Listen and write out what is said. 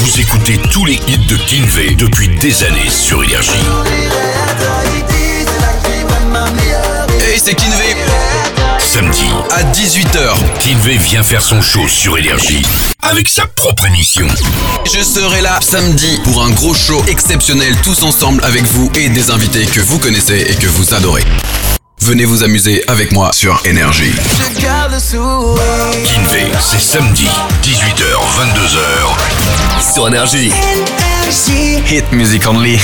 Vous écoutez tous les hits de Kinvey depuis des années sur Énergie. Hey, c'est Kinvé Samedi, à 18h. Kinvey vient faire son show sur Énergie avec sa propre émission. Je serai là samedi pour un gros show exceptionnel tous ensemble avec vous et des invités que vous connaissez et que vous adorez. Venez vous amuser avec moi sur Énergie. Kinvey, c'est samedi, 18h, 22h. Sur Énergie. Hit music only.